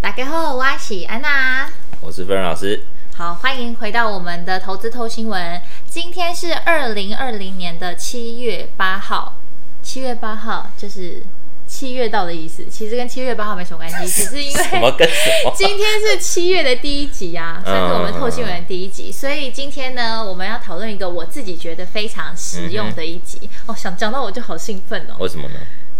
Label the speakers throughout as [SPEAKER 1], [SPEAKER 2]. [SPEAKER 1] 大家好，我是安娜。
[SPEAKER 2] 我是芬仁老师。
[SPEAKER 1] 好，欢迎回到我们的投资透新闻。今天是二零二零年的七月八号，七月八号就是七月到的意思。其实跟七月八号没什么关系， 只是因
[SPEAKER 2] 什么
[SPEAKER 1] 为
[SPEAKER 2] 跟什么？
[SPEAKER 1] 今天是七月的第一集啊，算是我们透新闻的第一集。所以今天呢，我们要讨论一个我自己觉得非常实用的一集。哦，想讲到我就好兴奋哦。
[SPEAKER 2] 为什么呢？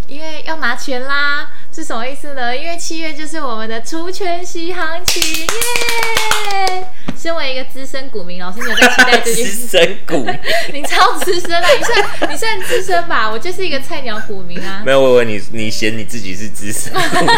[SPEAKER 1] 因为要拿权啦，是什么意思呢？因为七月就是我们的除权息行情，耶！身为一个资深股民，老师没有在期待这件
[SPEAKER 2] 资
[SPEAKER 1] 事，
[SPEAKER 2] 深股民
[SPEAKER 1] 你超资深啦，你算你算资深吧，我就是一个菜鸟股民啊
[SPEAKER 2] 没，有，我以为你你嫌你自己是 资深股民，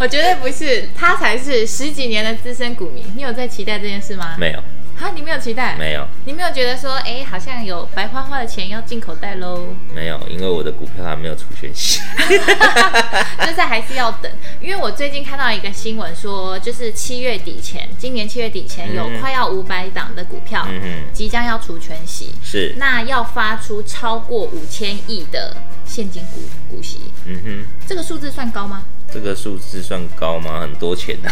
[SPEAKER 1] 我绝对不是，他才是十几年的资深股民。你有在期待这件事吗？
[SPEAKER 2] 没有
[SPEAKER 1] 啊，你没有期待，
[SPEAKER 2] 没有
[SPEAKER 1] 你没有觉得说，哎，好像有白花花的钱要进口袋喽？
[SPEAKER 2] 没有，因为我的股票还没有除权 息。
[SPEAKER 1] 就是还是要等，因为我最近看到一个新闻说，就是七月底前，今年七月底前有
[SPEAKER 2] 嗯
[SPEAKER 1] 快要五百档的股票、
[SPEAKER 2] 嗯哼，
[SPEAKER 1] 即将要除全息，
[SPEAKER 2] 是，
[SPEAKER 1] 那要发出超过五千亿的现金股股息，
[SPEAKER 2] 嗯哼，
[SPEAKER 1] 这个数字算高吗？
[SPEAKER 2] 这个数字算高吗？很多钱 啊。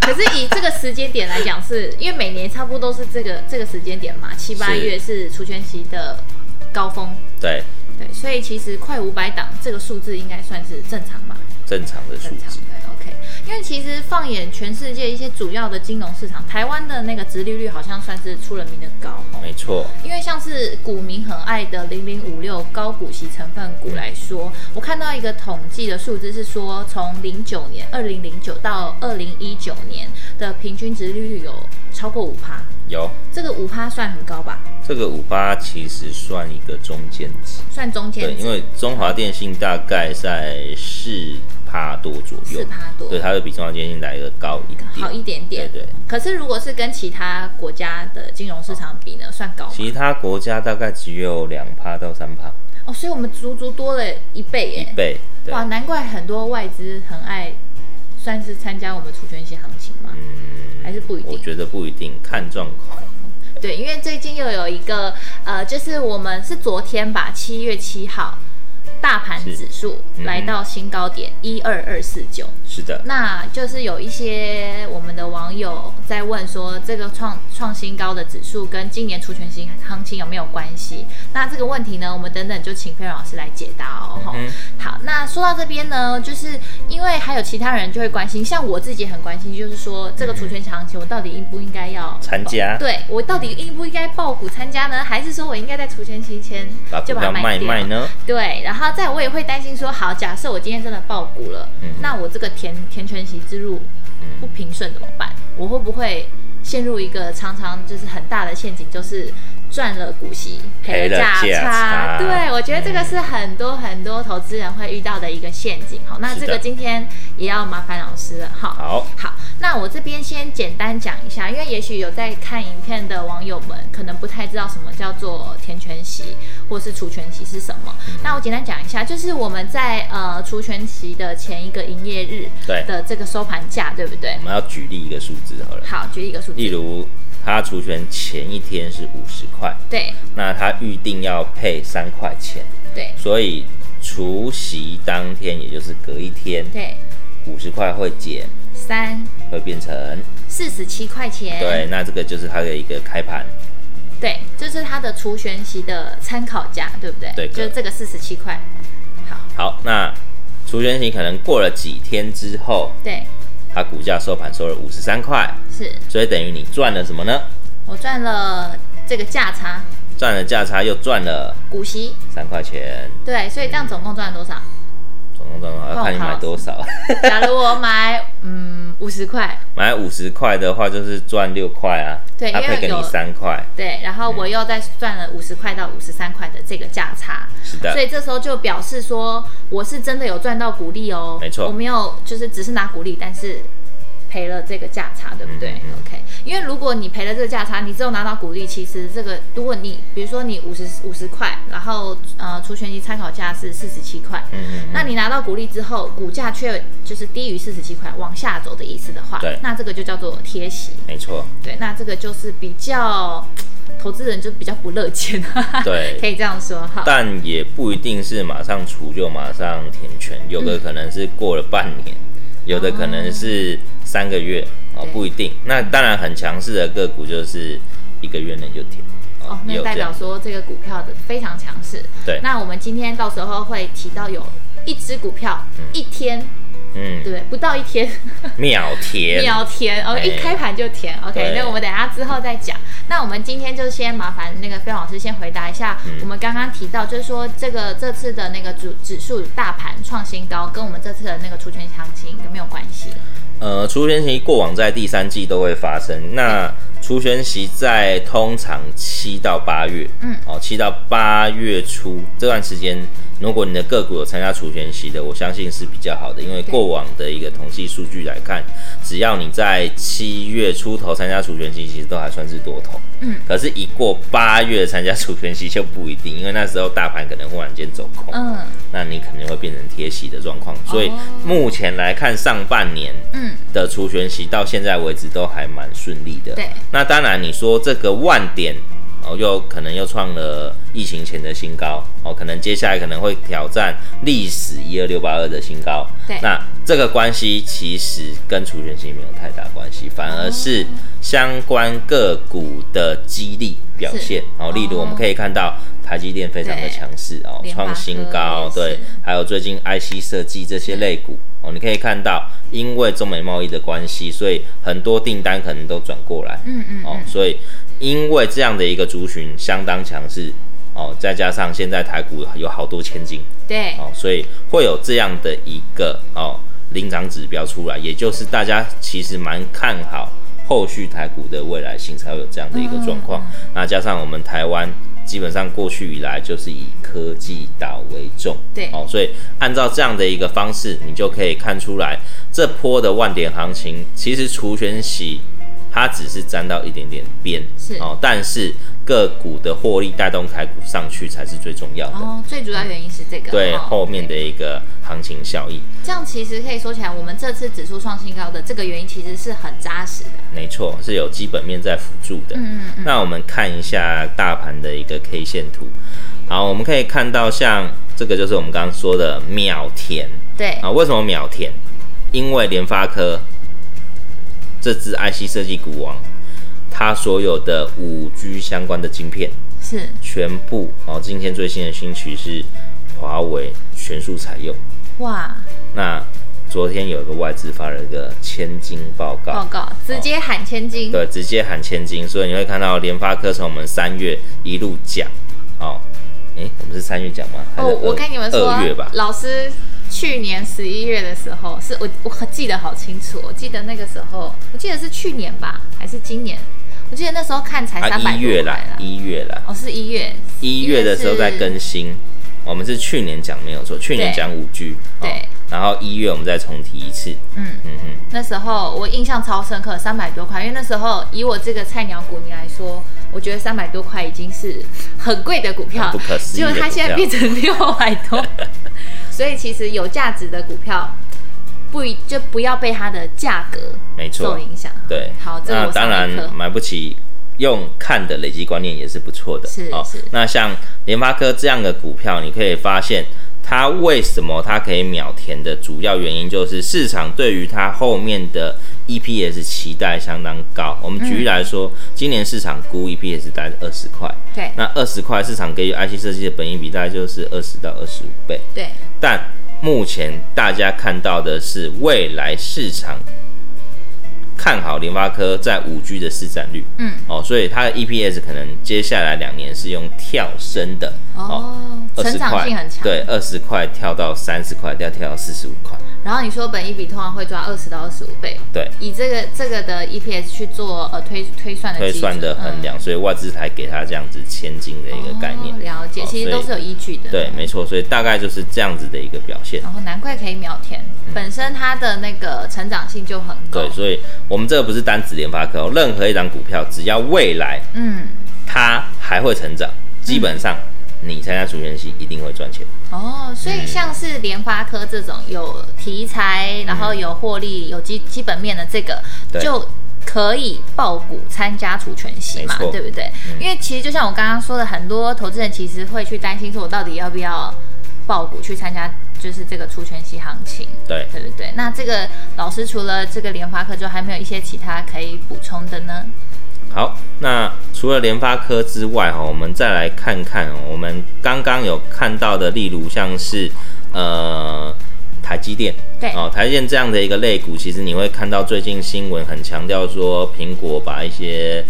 [SPEAKER 1] 可是以这个时间点来讲是，因为每年差不多是这个这个时间点嘛，七八
[SPEAKER 2] 是
[SPEAKER 1] 月是除全息的高峰，
[SPEAKER 2] 对，
[SPEAKER 1] 对，所以其实快五百档这个数字应该算是正常吧。
[SPEAKER 2] 正常的数
[SPEAKER 1] 正常
[SPEAKER 2] 字。
[SPEAKER 1] 对，OK。因为其实放眼全世界一些主要的金融市场，台湾的那个殖利率好像算是出了名的高哦。
[SPEAKER 2] 没错，
[SPEAKER 1] 因为像是股民很爱的零零五六高股息成分股来说，我看到一个统计的数字是说，从零九年二零零九到二零一九年的平均值利率有超过五趴，
[SPEAKER 2] 有
[SPEAKER 1] 这个五趴算很高吧？
[SPEAKER 2] 这个五八其实算一个中间值。
[SPEAKER 1] 算中
[SPEAKER 2] 对，
[SPEAKER 1] 间值
[SPEAKER 2] 因为中华电信大概在四趴多左右
[SPEAKER 1] 四，趴多
[SPEAKER 2] 对，，它会比中华电信来的高一点，
[SPEAKER 1] 好一点点。
[SPEAKER 2] 对对。
[SPEAKER 1] 可是如果是跟其他国家的金融市场比呢，算高吗？
[SPEAKER 2] 其他国家大概只有两趴到三趴，
[SPEAKER 1] 哦，所以我们足足多了一倍
[SPEAKER 2] 一
[SPEAKER 1] 耶！
[SPEAKER 2] 倍。对，
[SPEAKER 1] 哇，难怪很多外资很爱，算是参加我们除权息行情嘛。
[SPEAKER 2] 嗯
[SPEAKER 1] 还是不一定
[SPEAKER 2] 我觉得不一定，看状况。
[SPEAKER 1] 对，因为最近又有一个呃，就是我们是昨天吧，七月七号，大盘
[SPEAKER 2] 是
[SPEAKER 1] 指数
[SPEAKER 2] 嗯
[SPEAKER 1] 来到新高点一二二四九。
[SPEAKER 2] 是的，
[SPEAKER 1] 那就是有一些我们的网友在问说，这个创创新高的指数跟今年除权型行情有没有关系？那这个问题呢，我们等等就请菲老师来解答哦。吼
[SPEAKER 2] 嗯
[SPEAKER 1] 好，那说到这边呢，就是因为还有其他人就会关心，像我自己也很关心，就是说这个除权行情我到底应不应该要
[SPEAKER 2] 参加
[SPEAKER 1] 对我到底应不应该爆股参加呢？还是说我应该在除权期前
[SPEAKER 2] 把
[SPEAKER 1] 就
[SPEAKER 2] 股
[SPEAKER 1] 把它
[SPEAKER 2] 票卖
[SPEAKER 1] 掉？
[SPEAKER 2] 卖呢？
[SPEAKER 1] 对，然后再我也会担心说，好，假设我今天真的爆股了，
[SPEAKER 2] 嗯
[SPEAKER 1] 那我这个填填权息之路不平顺怎么办？我会不会陷入一个常常就是很大的陷阱，就是赚了股息赔
[SPEAKER 2] 赔了
[SPEAKER 1] 价
[SPEAKER 2] 价
[SPEAKER 1] 差？
[SPEAKER 2] 差
[SPEAKER 1] 对，我觉得这个是很多很多投资人会遇到的一个陷阱。好，那
[SPEAKER 2] 是
[SPEAKER 1] 这
[SPEAKER 2] 的
[SPEAKER 1] 个今天也要麻烦老师了，好。
[SPEAKER 2] 好，
[SPEAKER 1] 好，那我这边先简单讲一下，因为也许有在看影片的网友们可能不太知道什么叫做填权息或是除权息是什么。
[SPEAKER 2] 嗯
[SPEAKER 1] 那我简单讲一下，就是我们在呃除权息的前一个营业日
[SPEAKER 2] 对，
[SPEAKER 1] 的这个收盘价，对不对
[SPEAKER 2] 我？们要举例一个数字好了，
[SPEAKER 1] 好，举一个数
[SPEAKER 2] 嗯例
[SPEAKER 1] 字，
[SPEAKER 2] 如它除权前一天是五十块，
[SPEAKER 1] 对
[SPEAKER 2] 那它预定要配三块钱，
[SPEAKER 1] 对
[SPEAKER 2] 所以除夕当天，也就是隔一天，
[SPEAKER 1] 对，
[SPEAKER 2] 五十块会减，
[SPEAKER 1] 三
[SPEAKER 2] 会变成
[SPEAKER 1] 四十七块钱，
[SPEAKER 2] 对，那这个就是它的一个开盘，
[SPEAKER 1] 对，这是它的除权息的参考价，对不对？
[SPEAKER 2] 对
[SPEAKER 1] 就是这个四十七块。好，
[SPEAKER 2] 好，那除权息可能过了几天之后，
[SPEAKER 1] 对，
[SPEAKER 2] 它股价收盘收了五十三块，
[SPEAKER 1] 是
[SPEAKER 2] 所以等于你赚了什么呢？
[SPEAKER 1] 我赚了这个价差
[SPEAKER 2] 赚了价差又赚了
[SPEAKER 1] 股息。
[SPEAKER 2] 三块钱，
[SPEAKER 1] 对，所以这样总共赚了多 少？
[SPEAKER 2] 总共赚了，要看你买多少。
[SPEAKER 1] 假如我买嗯五十块，
[SPEAKER 2] 买五十块的话就是赚六块啊，
[SPEAKER 1] 对
[SPEAKER 2] 它
[SPEAKER 1] 因为
[SPEAKER 2] 配给
[SPEAKER 1] 有
[SPEAKER 2] 你三块，
[SPEAKER 1] 对，然后我又再赚了五十块到五十三块的这个价差，
[SPEAKER 2] 是
[SPEAKER 1] 所
[SPEAKER 2] 的，
[SPEAKER 1] 以这时候就表示说我是真的有赚到股利哦，
[SPEAKER 2] 没错
[SPEAKER 1] 我没有就是只是拿股利，但是赔了这个价差，对不对、
[SPEAKER 2] 嗯嗯嗯
[SPEAKER 1] o k 因为如果你赔了这个价差，你只有拿到股利，其实这个如果你比如说你五十五十块，然后呃除权息参考价是四十七块，
[SPEAKER 2] 嗯嗯，
[SPEAKER 1] 那你拿到股利之后，股价却就是低于四十七块往下走的意思的话，
[SPEAKER 2] 对
[SPEAKER 1] 那这个就叫做贴息。
[SPEAKER 2] 没错，
[SPEAKER 1] 对，那这个就是比较投资人就比较不乐见， 可
[SPEAKER 2] 对。
[SPEAKER 1] 以这样说哈。
[SPEAKER 2] 但
[SPEAKER 1] 嗯
[SPEAKER 2] 也不一定是马上除就马上填全，有的可能是过了半年，有的可能是三个月哦，
[SPEAKER 1] 对
[SPEAKER 2] 不一定。那当然很强势的个股就是一个月内就停
[SPEAKER 1] 哦，那
[SPEAKER 2] 也有
[SPEAKER 1] 代
[SPEAKER 2] 这
[SPEAKER 1] 表
[SPEAKER 2] 样
[SPEAKER 1] 说这个股票的非常强势。
[SPEAKER 2] 对，
[SPEAKER 1] 那我们今天到时候会提到有一只股票、一天，对，
[SPEAKER 2] 嗯
[SPEAKER 1] 不对？不到一天，
[SPEAKER 2] 秒填，
[SPEAKER 1] 秒填哦，
[SPEAKER 2] 哎
[SPEAKER 1] 一开盘就填。OK，
[SPEAKER 2] 对
[SPEAKER 1] 那我们等一下之后再讲。那我们今天就先麻烦那个费老师先回答一下，
[SPEAKER 2] 嗯
[SPEAKER 1] 我们刚刚提到就是说这个这次的那个指指数大盘创新高，跟我们这次的那个除权行情有没有关系？
[SPEAKER 2] 呃，除权息过往在第三季都会发生。那除权息在通常七到八月，
[SPEAKER 1] 嗯，
[SPEAKER 2] 哦，七到八月初这段时间，如果你的个股有参加除权息的，我相信是比较好的，因为
[SPEAKER 1] 对
[SPEAKER 2] 过往的一个统计数据来看，只要你在七月出头参加除权息，其实都还算是多头。
[SPEAKER 1] 嗯，
[SPEAKER 2] 可是，一过八月参加除权息就不一定，因为那时候大盘可能忽然间走空。
[SPEAKER 1] 嗯
[SPEAKER 2] 那你可能会变成贴息的状况。所以
[SPEAKER 1] 哦
[SPEAKER 2] 目前来看，上半年
[SPEAKER 1] 嗯，
[SPEAKER 2] 的除权息到现在为止都还蛮顺利的。
[SPEAKER 1] 对，
[SPEAKER 2] 那当然你说这个万点哦，又可能又创了疫情前的新高哦，可能接下来可能会挑战历史一二六八二的新高。
[SPEAKER 1] 对
[SPEAKER 2] 那这个关系其实跟除权息没有太大关系，反
[SPEAKER 1] 哦
[SPEAKER 2] 而是相关个股的激励表现哦。例如我们可以看到台积电非常的
[SPEAKER 1] 对
[SPEAKER 2] 强势哦，
[SPEAKER 1] 联发科
[SPEAKER 2] 创新高，
[SPEAKER 1] 也是
[SPEAKER 2] 对，还有最近 IC 设计这些类股哦，你可以看到，因为中美贸易的关系，所以很多订单可能都转过来
[SPEAKER 1] 嗯嗯
[SPEAKER 2] 哦，所以因为这样的一个族群相当强势哦，再加上现在台股有好多千金
[SPEAKER 1] 对，
[SPEAKER 2] 哦，所以会有这样的一个哦领涨指标出来，也就是大家其实蛮看好后续台股的未来性，才会有这样的一个状况。
[SPEAKER 1] 嗯
[SPEAKER 2] 那加上我们台湾基本上过去以来就是以科技岛为重，
[SPEAKER 1] 对
[SPEAKER 2] 哦，所以按照这样的一个方式，你就可以看出来这波的万点行情，其实除权息它只是沾到一点点边，
[SPEAKER 1] 是
[SPEAKER 2] 哦，但是个股的获利带动台股上去才是最重要的。
[SPEAKER 1] 哦，最主要原因是这个，
[SPEAKER 2] 对
[SPEAKER 1] 哦
[SPEAKER 2] 后面的一个行情效益，
[SPEAKER 1] 这样其实可以说起来，我们这次指数创新高的这个原因其实是很扎实的。
[SPEAKER 2] 没错，是有基本面在辅助的。
[SPEAKER 1] 嗯嗯
[SPEAKER 2] 那我们看一下大盘的一个 K 线图，好，我们可以看到像这个就是我们刚刚说的秒填
[SPEAKER 1] 嗯，对，
[SPEAKER 2] 啊，为什么秒填？因为联发科这支 IC 设计股王，它所有的五 G 相关的晶片
[SPEAKER 1] 是，
[SPEAKER 2] 全部哦，今天最新的新曲是华为全数采用。
[SPEAKER 1] 哇，
[SPEAKER 2] 那昨天有一个外资发了一个千金报告，
[SPEAKER 1] 报告直接喊千金，
[SPEAKER 2] 对，直接喊千金，所以你会看到联发科从我们三月一路讲，哦，诶，我们是三月讲吗？还
[SPEAKER 1] 哦，
[SPEAKER 2] 是二
[SPEAKER 1] 我跟你们说啊
[SPEAKER 2] 二月吧，，
[SPEAKER 1] 老师去年十一月的时候，是我我记得好清楚，我记得那个时候，我记得是去年吧，还是今年？我记得那时候看才
[SPEAKER 2] 啊，
[SPEAKER 1] 三百
[SPEAKER 2] 一月
[SPEAKER 1] 多块
[SPEAKER 2] 啦
[SPEAKER 1] 啦，，
[SPEAKER 2] 一月啦，
[SPEAKER 1] 哦，是一月，
[SPEAKER 2] 一月的时候在更新，我们是去年讲没有错，去年
[SPEAKER 1] 对
[SPEAKER 2] 讲五 G，哦
[SPEAKER 1] 对
[SPEAKER 2] 然后一月我们再重提一次，
[SPEAKER 1] 嗯。
[SPEAKER 2] 嗯哼。
[SPEAKER 1] 那时候我印象超深刻，三百多块，因为那时候以我这个菜鸟股民来说，我觉得三百多块已经是很贵的股票，
[SPEAKER 2] 啊很不可思议
[SPEAKER 1] 结
[SPEAKER 2] 的
[SPEAKER 1] 果
[SPEAKER 2] 股票
[SPEAKER 1] 它现在变成六百 多，所以其实有价值的股票，不一就不要被它的价格
[SPEAKER 2] 没
[SPEAKER 1] 受
[SPEAKER 2] 错
[SPEAKER 1] 影响。
[SPEAKER 2] 对，
[SPEAKER 1] 好，这个
[SPEAKER 2] 那
[SPEAKER 1] 我上
[SPEAKER 2] 当
[SPEAKER 1] 了一课
[SPEAKER 2] 然买不起，用看的累积观念也是不错的。哦
[SPEAKER 1] 是是
[SPEAKER 2] 那像联发科这样的股票，你可以发现它为什么它可以秒填的主要原因，就是市场对于它后面的 EPS 期待相当高。我们举例来说，今年市场估 EPS 大概二十块，
[SPEAKER 1] 对
[SPEAKER 2] 那二十块市场给予 IC 设计的本益比大概就是二十到二十五倍。
[SPEAKER 1] 对
[SPEAKER 2] 但目前大家看到的是未来市场看好联发科在五 G 的市占率，
[SPEAKER 1] 嗯，
[SPEAKER 2] 哦，所以它的 EPS 可能接下来两年是用跳升的，
[SPEAKER 1] 哦，
[SPEAKER 2] 二
[SPEAKER 1] 成
[SPEAKER 2] 十
[SPEAKER 1] 长
[SPEAKER 2] 块
[SPEAKER 1] 性很强。，
[SPEAKER 2] 对，二十块跳到三十块，再跳到四十五块，
[SPEAKER 1] 然后你说本一比通常会抓二十到二十五倍，
[SPEAKER 2] 对，
[SPEAKER 1] 以这个这个的 EPS 去做呃推推算的嗯
[SPEAKER 2] 推
[SPEAKER 1] 基准
[SPEAKER 2] 算的衡量，所以外资才给它这样子千金的一个概念
[SPEAKER 1] 哦、，了解，
[SPEAKER 2] 哦
[SPEAKER 1] 其实
[SPEAKER 2] 所以
[SPEAKER 1] 都是有依据的。
[SPEAKER 2] 对，没错，所以大概就是这样子的一个表现。
[SPEAKER 1] 然后难怪可以秒填，本身它的那个成长性就很高。
[SPEAKER 2] 嗯对，所以我们这个不是单指联发科、哦，任何一档股票，只要未来
[SPEAKER 1] 嗯，
[SPEAKER 2] 它还会成长，基本上你参加除权息一定会赚钱。
[SPEAKER 1] 哦，所以像是联发科这种有题材，然后有获利、有基基本面的这个，
[SPEAKER 2] 对
[SPEAKER 1] 就可以爆股参加除权息嘛
[SPEAKER 2] 没，错嗯
[SPEAKER 1] 对不对？因为其实就像我刚刚说的，很多投资人其实会去担心说，我到底要不要爆股去参加就是这个除权息行情，
[SPEAKER 2] 对，
[SPEAKER 1] 对不对？那这个老师除了这个联发科之后，还没有一些其他可以补充的呢？
[SPEAKER 2] 好，那除了联发科之外哈，我们再来看看哦我们刚刚有看到的，例如像是呃台积电，
[SPEAKER 1] 对
[SPEAKER 2] 哦，台积电这样的一个类股，其实你会看到最近新闻很强调说，苹果把一些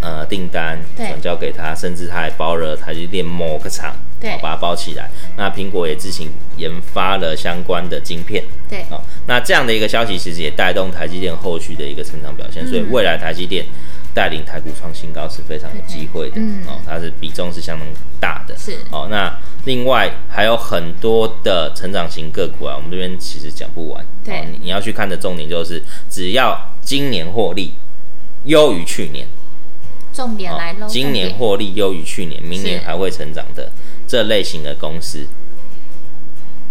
[SPEAKER 2] 呃订单
[SPEAKER 1] 对
[SPEAKER 2] 转交给他，甚至他还包了台积电某个厂，
[SPEAKER 1] 对
[SPEAKER 2] 哦把它包起来。那苹果也自行研发了相关的晶片，
[SPEAKER 1] 对，
[SPEAKER 2] 哦，那这样的一个消息其实也带动台积电后续的一个成长表
[SPEAKER 1] 嗯
[SPEAKER 2] 现，所以未来台积电带领台股创新高是非常有机会的，
[SPEAKER 1] 嗯
[SPEAKER 2] 哦，它是比重是相当大的，
[SPEAKER 1] 是
[SPEAKER 2] 哦，那另外还有很多的成长型个股啊，我们这边其实讲不完，
[SPEAKER 1] 对
[SPEAKER 2] 哦你你要去看的重点就是只要今年获利优于去年，
[SPEAKER 1] 重点来喽、
[SPEAKER 2] 哦今年
[SPEAKER 1] 重点
[SPEAKER 2] 获利优于去年，明年
[SPEAKER 1] 是
[SPEAKER 2] 还会成长的这类型的公司，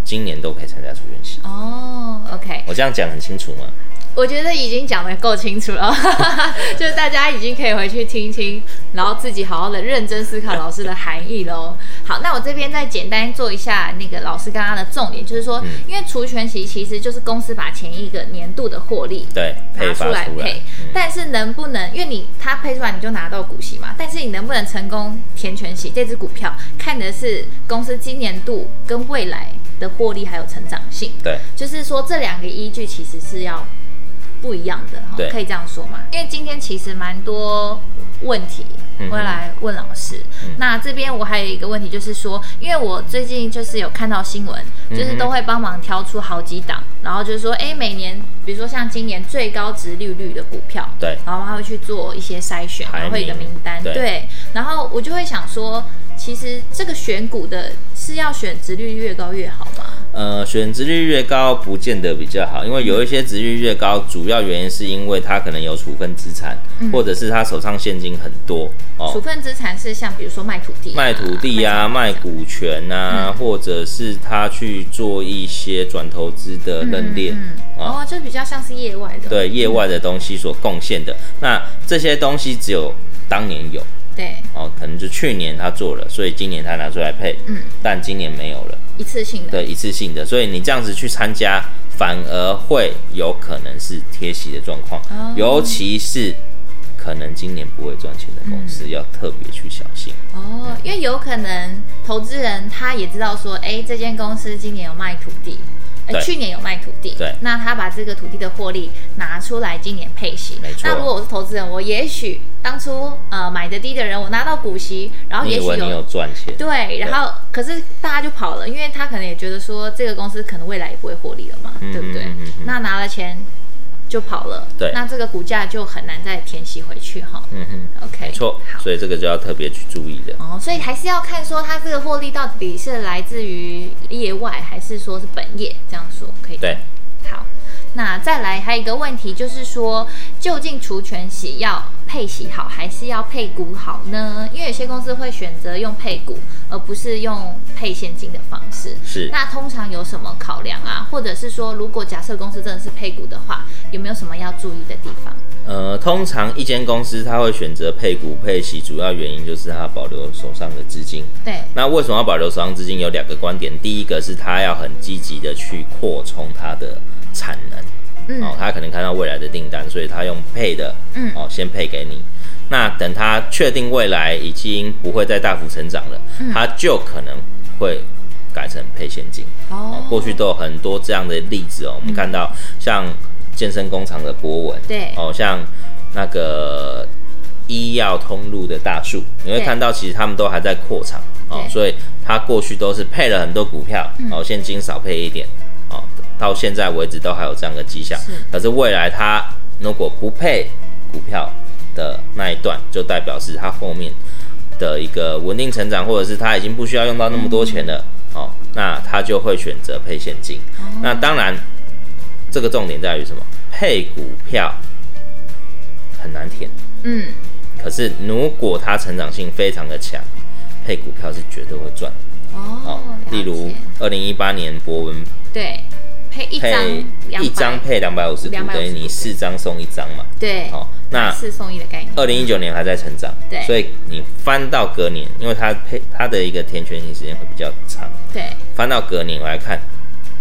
[SPEAKER 2] 今年都可以参加出选息。
[SPEAKER 1] 哦，OK，
[SPEAKER 2] 我这样讲很清楚吗？
[SPEAKER 1] 我觉得已经讲的够清楚了， 就是大家已经可以回去听一听，然后自己好好的认真思考老师的含义喽。好，那我这边再简单做一下那个老师刚刚的重点，就是说，因为除权息其实就是公司把前一个年度的获利
[SPEAKER 2] 对，配
[SPEAKER 1] 拿
[SPEAKER 2] 发
[SPEAKER 1] 出来配，但是能不能，因为你它配出来你就拿到股息嘛，但是你能不能成功填全息这只股票，看的是公司今年度跟未来的获利还有成长性，
[SPEAKER 2] 对，
[SPEAKER 1] 就是说这两个依据其实是要不一样的哈
[SPEAKER 2] 对，
[SPEAKER 1] 可以这样说嘛？因为今天其实蛮多问题。
[SPEAKER 2] 嗯
[SPEAKER 1] 我来问老师，那这边我还有一个问题，就是说，因为我最近就是有看到新闻，
[SPEAKER 2] 嗯
[SPEAKER 1] 就是都会帮忙挑出好几档，然后就是说，哎，每年比如说像今年最高值利率的股票，
[SPEAKER 2] 对
[SPEAKER 1] 然后他会去做一些筛选，
[SPEAKER 2] 排
[SPEAKER 1] 然后会有一个
[SPEAKER 2] 名
[SPEAKER 1] 名单，
[SPEAKER 2] 对
[SPEAKER 1] 对，然后我就会想说，其实这个选股的是要选值率越高越好吗？
[SPEAKER 2] 呃，选值率越高不见得比较好，因为有一些值率越高，主要原因是因为他可能有处分资产，或者是他手上现金很多
[SPEAKER 1] 嗯处
[SPEAKER 2] 哦，
[SPEAKER 1] 分资产是像比如说卖土地啊、
[SPEAKER 2] 卖土地啊，卖
[SPEAKER 1] 卖股
[SPEAKER 2] 股权
[SPEAKER 1] 嗯
[SPEAKER 2] 啊，或者是他去做一些转投资的认列，
[SPEAKER 1] 嗯，
[SPEAKER 2] 啊
[SPEAKER 1] 哦，就比较像是业外的，
[SPEAKER 2] 对业外的东西所贡献的，那这些东西只有当年有
[SPEAKER 1] 对，
[SPEAKER 2] 哦，可能就去年他做了，所以今年他拿出来配，
[SPEAKER 1] 嗯，
[SPEAKER 2] 但今年没有了。
[SPEAKER 1] 一次性的，
[SPEAKER 2] 对，一次性的，所以你这样子去参加，反而会有可能是贴息的状况，
[SPEAKER 1] 哦
[SPEAKER 2] 尤其是可能今年不会赚钱的公
[SPEAKER 1] 嗯
[SPEAKER 2] 司，要特别去小心。
[SPEAKER 1] 哦，因为有可能投资人他也知道说，哎，这间公司今年有卖土地，呃，
[SPEAKER 2] 对
[SPEAKER 1] 去年有卖土地，
[SPEAKER 2] 对
[SPEAKER 1] 那他把这个土地的获利拿出来今年配息，
[SPEAKER 2] 没错
[SPEAKER 1] 那如果我是投资人，我也许当初呃买的低的人，我拿到股息，然后
[SPEAKER 2] 你
[SPEAKER 1] 哦也
[SPEAKER 2] 以
[SPEAKER 1] 许
[SPEAKER 2] 为你有赚钱？
[SPEAKER 1] 对，然后可是大家就跑了，因为他可能也觉得说这个公司可能未来也不会获利了嘛，
[SPEAKER 2] 嗯
[SPEAKER 1] 对不对？
[SPEAKER 2] 嗯嗯嗯嗯
[SPEAKER 1] 那拿了钱就跑了，
[SPEAKER 2] 对
[SPEAKER 1] 那这个股价就很难再填息回去哈。
[SPEAKER 2] 嗯哼，
[SPEAKER 1] OK，
[SPEAKER 2] 没错，
[SPEAKER 1] 好。
[SPEAKER 2] 所以这个就要特别去注意的。
[SPEAKER 1] 哦，所以还是要看说它这个获利到底是来自于业外，还是说是本业？这样说可以吗
[SPEAKER 2] 对，
[SPEAKER 1] 好，那再来还有一个问题，就是说究竟除权息要配息好，还是要配股好呢？因为有些公司会选择用配股，而不是用配现金的方式。
[SPEAKER 2] 是。
[SPEAKER 1] 那通常有什么考量啊？或者是说，如果假设公司真的是配股的话，有没有什么要注意的地方？
[SPEAKER 2] 呃，通常一间公司它会选择配股配息，主要原因就是它保留手上的资金。
[SPEAKER 1] 对，
[SPEAKER 2] 那为什么要保留手上资金？有两个观点，第一个是它要很积极的去扩充它的产能。
[SPEAKER 1] 嗯，
[SPEAKER 2] 哦，他可能看到未来的订单，所以他用配的，
[SPEAKER 1] 嗯
[SPEAKER 2] 哦，先配给你。那等他确定未来已经不会再大幅成长了，
[SPEAKER 1] 嗯
[SPEAKER 2] 他就可能会改成配现金。哦
[SPEAKER 1] 哦，嗯
[SPEAKER 2] 过去都有很多这样的例子哦，我们看到像健身工厂的博文，
[SPEAKER 1] 对
[SPEAKER 2] 哦，像那个医药通路的大树，你会
[SPEAKER 1] 对
[SPEAKER 2] 看到其实他们都还在扩厂哦
[SPEAKER 1] 对，嗯
[SPEAKER 2] 所以他过去都是配了很多股票，哦，现金少配一点，哦，到现在为止都还有这样的迹象
[SPEAKER 1] 是。
[SPEAKER 2] 可是未来他如果不配股票的那一段，就代表是他后面的一个稳定成长，或者是他已经不需要用到那么多钱了，哦，那他就会选择配现金。那
[SPEAKER 1] 哦
[SPEAKER 2] 当然，这个重点在于什么？配股票很难填，
[SPEAKER 1] 嗯，
[SPEAKER 2] 可是如果它成长性非常的强，配股票是绝对会赚
[SPEAKER 1] 哦
[SPEAKER 2] 哦，。例
[SPEAKER 1] 了
[SPEAKER 2] 如
[SPEAKER 1] 解
[SPEAKER 2] 二零一八年博文
[SPEAKER 1] 对，配一张
[SPEAKER 2] 配
[SPEAKER 1] 200
[SPEAKER 2] 一张，配两百五十股，
[SPEAKER 1] 250
[SPEAKER 2] 等于你四张送一张嘛。
[SPEAKER 1] 对，
[SPEAKER 2] 哦，那
[SPEAKER 1] 四送一的概念，
[SPEAKER 2] 二零一九年还在成长，
[SPEAKER 1] 对
[SPEAKER 2] 所以你翻到隔年，因为它配它的一个填权型时间会比较长，
[SPEAKER 1] 对，
[SPEAKER 2] 翻到隔年我来看，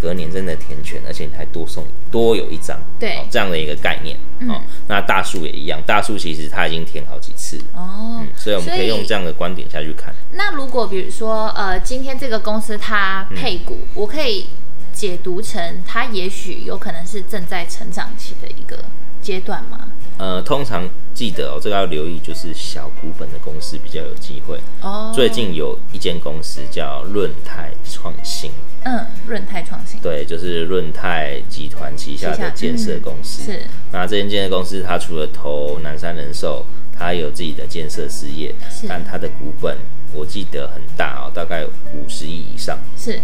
[SPEAKER 2] 隔年真的填全，而且你还多送多有一张，
[SPEAKER 1] 对嗯
[SPEAKER 2] 哦这样的一个概念。哦，那大树也一样，大树其实它已经填好几次了，
[SPEAKER 1] 哦
[SPEAKER 2] 嗯，，所以我们可以用这样的观点下去看。
[SPEAKER 1] 那如果比如说，呃，今天这个公司它配股，
[SPEAKER 2] 嗯
[SPEAKER 1] 我可以解读成它也许有可能是正在成长期的一个阶段吗？
[SPEAKER 2] 呃，通常记得哦，这个要留意，就是小股本的公司比较有机会。
[SPEAKER 1] 哦，
[SPEAKER 2] 最近有一间公司叫润泰创新，
[SPEAKER 1] 嗯，润泰创新
[SPEAKER 2] 对，就是润泰集团旗下
[SPEAKER 1] 旗下嗯
[SPEAKER 2] 的建设公司。
[SPEAKER 1] 是
[SPEAKER 2] 那这间建设公司，它除了投南山人寿，它有自己的建设事业
[SPEAKER 1] 是，
[SPEAKER 2] 但它的股本我记得很大哦，大概五十亿以上，
[SPEAKER 1] 是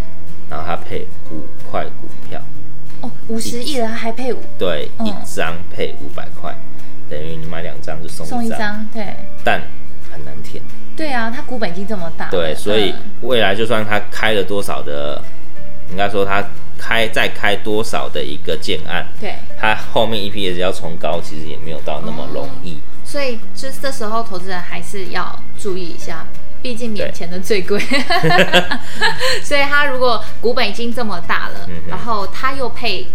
[SPEAKER 2] 然后它配五块股票。
[SPEAKER 1] 哦，五十亿了还配
[SPEAKER 2] 对，
[SPEAKER 1] 嗯
[SPEAKER 2] 一张配五百块，等于你买两张就送
[SPEAKER 1] 送
[SPEAKER 2] 一
[SPEAKER 1] 一
[SPEAKER 2] 张，
[SPEAKER 1] 张，对
[SPEAKER 2] 但很难填。
[SPEAKER 1] 对啊，它股本已经这么大了，
[SPEAKER 2] 对，所以
[SPEAKER 1] 嗯
[SPEAKER 2] 未来就算他开了多少的，应该说他开再开多少的一个建案，
[SPEAKER 1] 对，
[SPEAKER 2] 他后面 EPS 要冲高，其实也没有到那么容易。
[SPEAKER 1] 所以就这时候投资人还是要注意一下，毕竟免钱的最 贵。所以他如果股本已经这么大了，
[SPEAKER 2] 嗯哼嗯
[SPEAKER 1] 然后他又配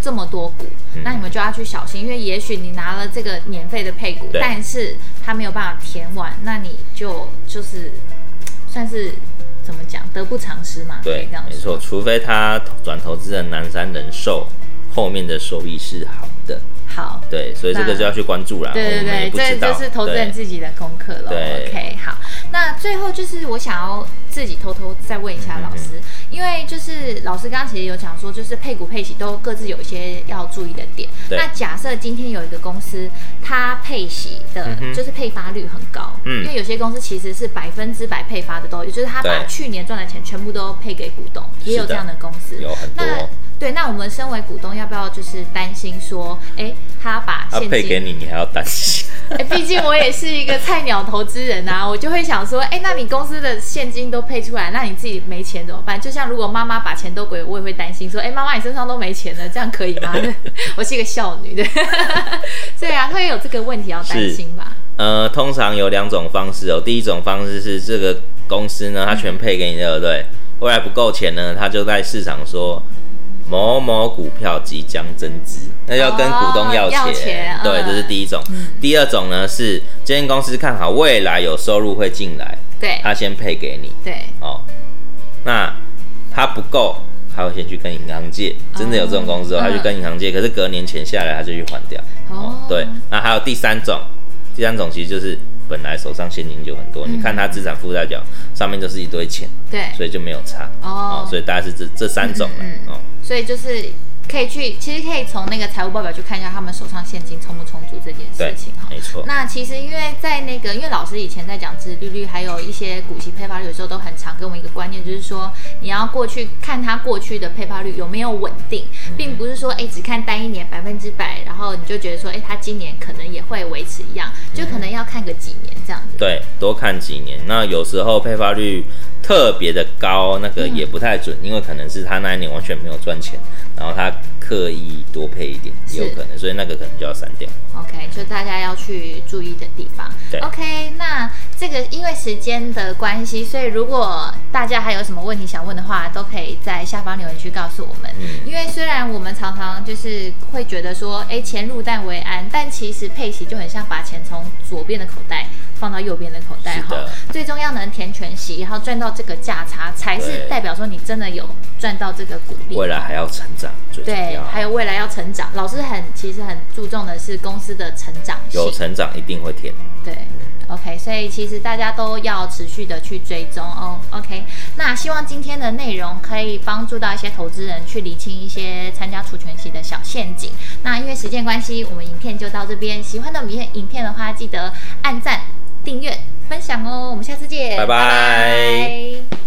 [SPEAKER 1] 这么多股，那你们就要去小心，因为也许你拿了这个年费的配股，
[SPEAKER 2] 对
[SPEAKER 1] 但是他没有办法填完，那你就就是算是怎么讲，得不偿失嘛，可以
[SPEAKER 2] 对
[SPEAKER 1] 这样，
[SPEAKER 2] 没
[SPEAKER 1] 说。
[SPEAKER 2] 错，除非他转投资人南山人寿后面的收益是好的，
[SPEAKER 1] 好，
[SPEAKER 2] 对，所以这个
[SPEAKER 1] 那
[SPEAKER 2] 就要去关注啦。
[SPEAKER 1] 对
[SPEAKER 2] 啊我们
[SPEAKER 1] 对
[SPEAKER 2] 也不
[SPEAKER 1] 对，
[SPEAKER 2] 知
[SPEAKER 1] 这
[SPEAKER 2] 道
[SPEAKER 1] 就是投资人
[SPEAKER 2] 对
[SPEAKER 1] 自己的功课了。
[SPEAKER 2] 对
[SPEAKER 1] OK，好。那最后就是我想要自己偷偷再问一
[SPEAKER 2] 嗯
[SPEAKER 1] 下老师，因为就是老师刚刚其实有讲说，就是配股配息都各自有一些要注意的点。
[SPEAKER 2] 对
[SPEAKER 1] 那假设今天有一个公司，它配息的
[SPEAKER 2] 嗯，哼
[SPEAKER 1] 就是配发率很高，
[SPEAKER 2] 嗯
[SPEAKER 1] 因为有些公司其实是百分之百配发的都有，也就是他把
[SPEAKER 2] 对
[SPEAKER 1] 去年赚的钱全部都配给股东，也有
[SPEAKER 2] 是的
[SPEAKER 1] 这样的公司。
[SPEAKER 2] 有很多
[SPEAKER 1] 那对，那我们身为股东，要不要就是担心说，哎，他把
[SPEAKER 2] 他
[SPEAKER 1] 现金
[SPEAKER 2] 配给你，你还要担心。
[SPEAKER 1] 哎毕竟我也是一个菜鸟投资人啊，我就会想说，哎、那你公司的现金都配出来，那你自己没钱怎么办？就像如果妈妈把钱都给我，我也会担心说，哎、妈妈你身上都没钱了，这样可以吗？ 我是一个孝女 的，对啊，会有这个问题要担心吧？
[SPEAKER 2] 呃，通常有两种方式哦。第一种方式是这个公司呢，它全配给你，对不对？未来不够钱呢，它就在市场说某某股票即将增资，那要跟股东要钱。
[SPEAKER 1] 哦要钱
[SPEAKER 2] 对，
[SPEAKER 1] 嗯
[SPEAKER 2] 这是第一种。第二种呢是这间公司看好未来有收入会进来，
[SPEAKER 1] 对
[SPEAKER 2] 它先配给你
[SPEAKER 1] 对，
[SPEAKER 2] 哦。那它不够，它会先去跟银行借。真的有这种公司哦，
[SPEAKER 1] 嗯
[SPEAKER 2] 它去跟银行借，可是隔年钱下来，它就去还掉。
[SPEAKER 1] 哦
[SPEAKER 2] 哦，，对，那还有第三种，第三种其实就是本来手上现金就很多，
[SPEAKER 1] 嗯
[SPEAKER 2] 你看他资产负债表上面就是一堆钱，
[SPEAKER 1] 对，
[SPEAKER 2] 所以就没有差
[SPEAKER 1] 哦
[SPEAKER 2] 哦，所以大概是这这三种了
[SPEAKER 1] 嗯嗯
[SPEAKER 2] 哦。
[SPEAKER 1] 所以就是可以去，其实可以从那个财务报表去看一下他们手上现金充不充足这件
[SPEAKER 2] 对
[SPEAKER 1] 事情哦哈，。
[SPEAKER 2] 没错，
[SPEAKER 1] 那其实因为在那个，因为老师以前在讲自利率，还有一些股息配发率，有时候都很常给我们一个观念，就是说你要过去看它过去的配发率有没有稳定，并不是说哎只看单一年百分之百，然后你就觉得说哎它今年可能也会维持一样，就可能要看个几年这样子。
[SPEAKER 2] 对，多看几年。那有时候配发率特别的高，那个
[SPEAKER 1] 嗯
[SPEAKER 2] 也不太准，因为可能是他那一年完全没有赚钱，然后他刻意多配一点，也有
[SPEAKER 1] 是
[SPEAKER 2] 可能，所以那个可能就要删掉。
[SPEAKER 1] OK，就大家要去注意的地方。
[SPEAKER 2] 对
[SPEAKER 1] OK，那这个因为时间的关系，所以如果大家还有什么问题想问的话，都可以在下方留言区告诉我们。
[SPEAKER 2] 嗯
[SPEAKER 1] 因为虽然我们常常就是会觉得说，哎，钱入袋为安，但其实配息就很像把钱从左边的口袋放到右边的口袋
[SPEAKER 2] 是
[SPEAKER 1] 哈
[SPEAKER 2] 的。
[SPEAKER 1] 最终要能填全息，然后赚到这个价差，才是
[SPEAKER 2] 对
[SPEAKER 1] 代表说你真的有赚到这个股利。
[SPEAKER 2] 未来还要成长，最重
[SPEAKER 1] 对
[SPEAKER 2] 要，。
[SPEAKER 1] 还有未来要成长，老师很其实很注重的是公司的成长性。
[SPEAKER 2] 有成长一定会填。
[SPEAKER 1] 对，OK，所以其实大家都要持续的去追踪哦。OK，那希望今天的内容可以帮助到一些投资人去理清一些参加除权息的小陷阱。那因为时间关系，我们影片就到这边。喜欢的影片影片的话，记得按赞、订阅、分享哦。我们下次见，
[SPEAKER 2] 拜拜
[SPEAKER 1] 拜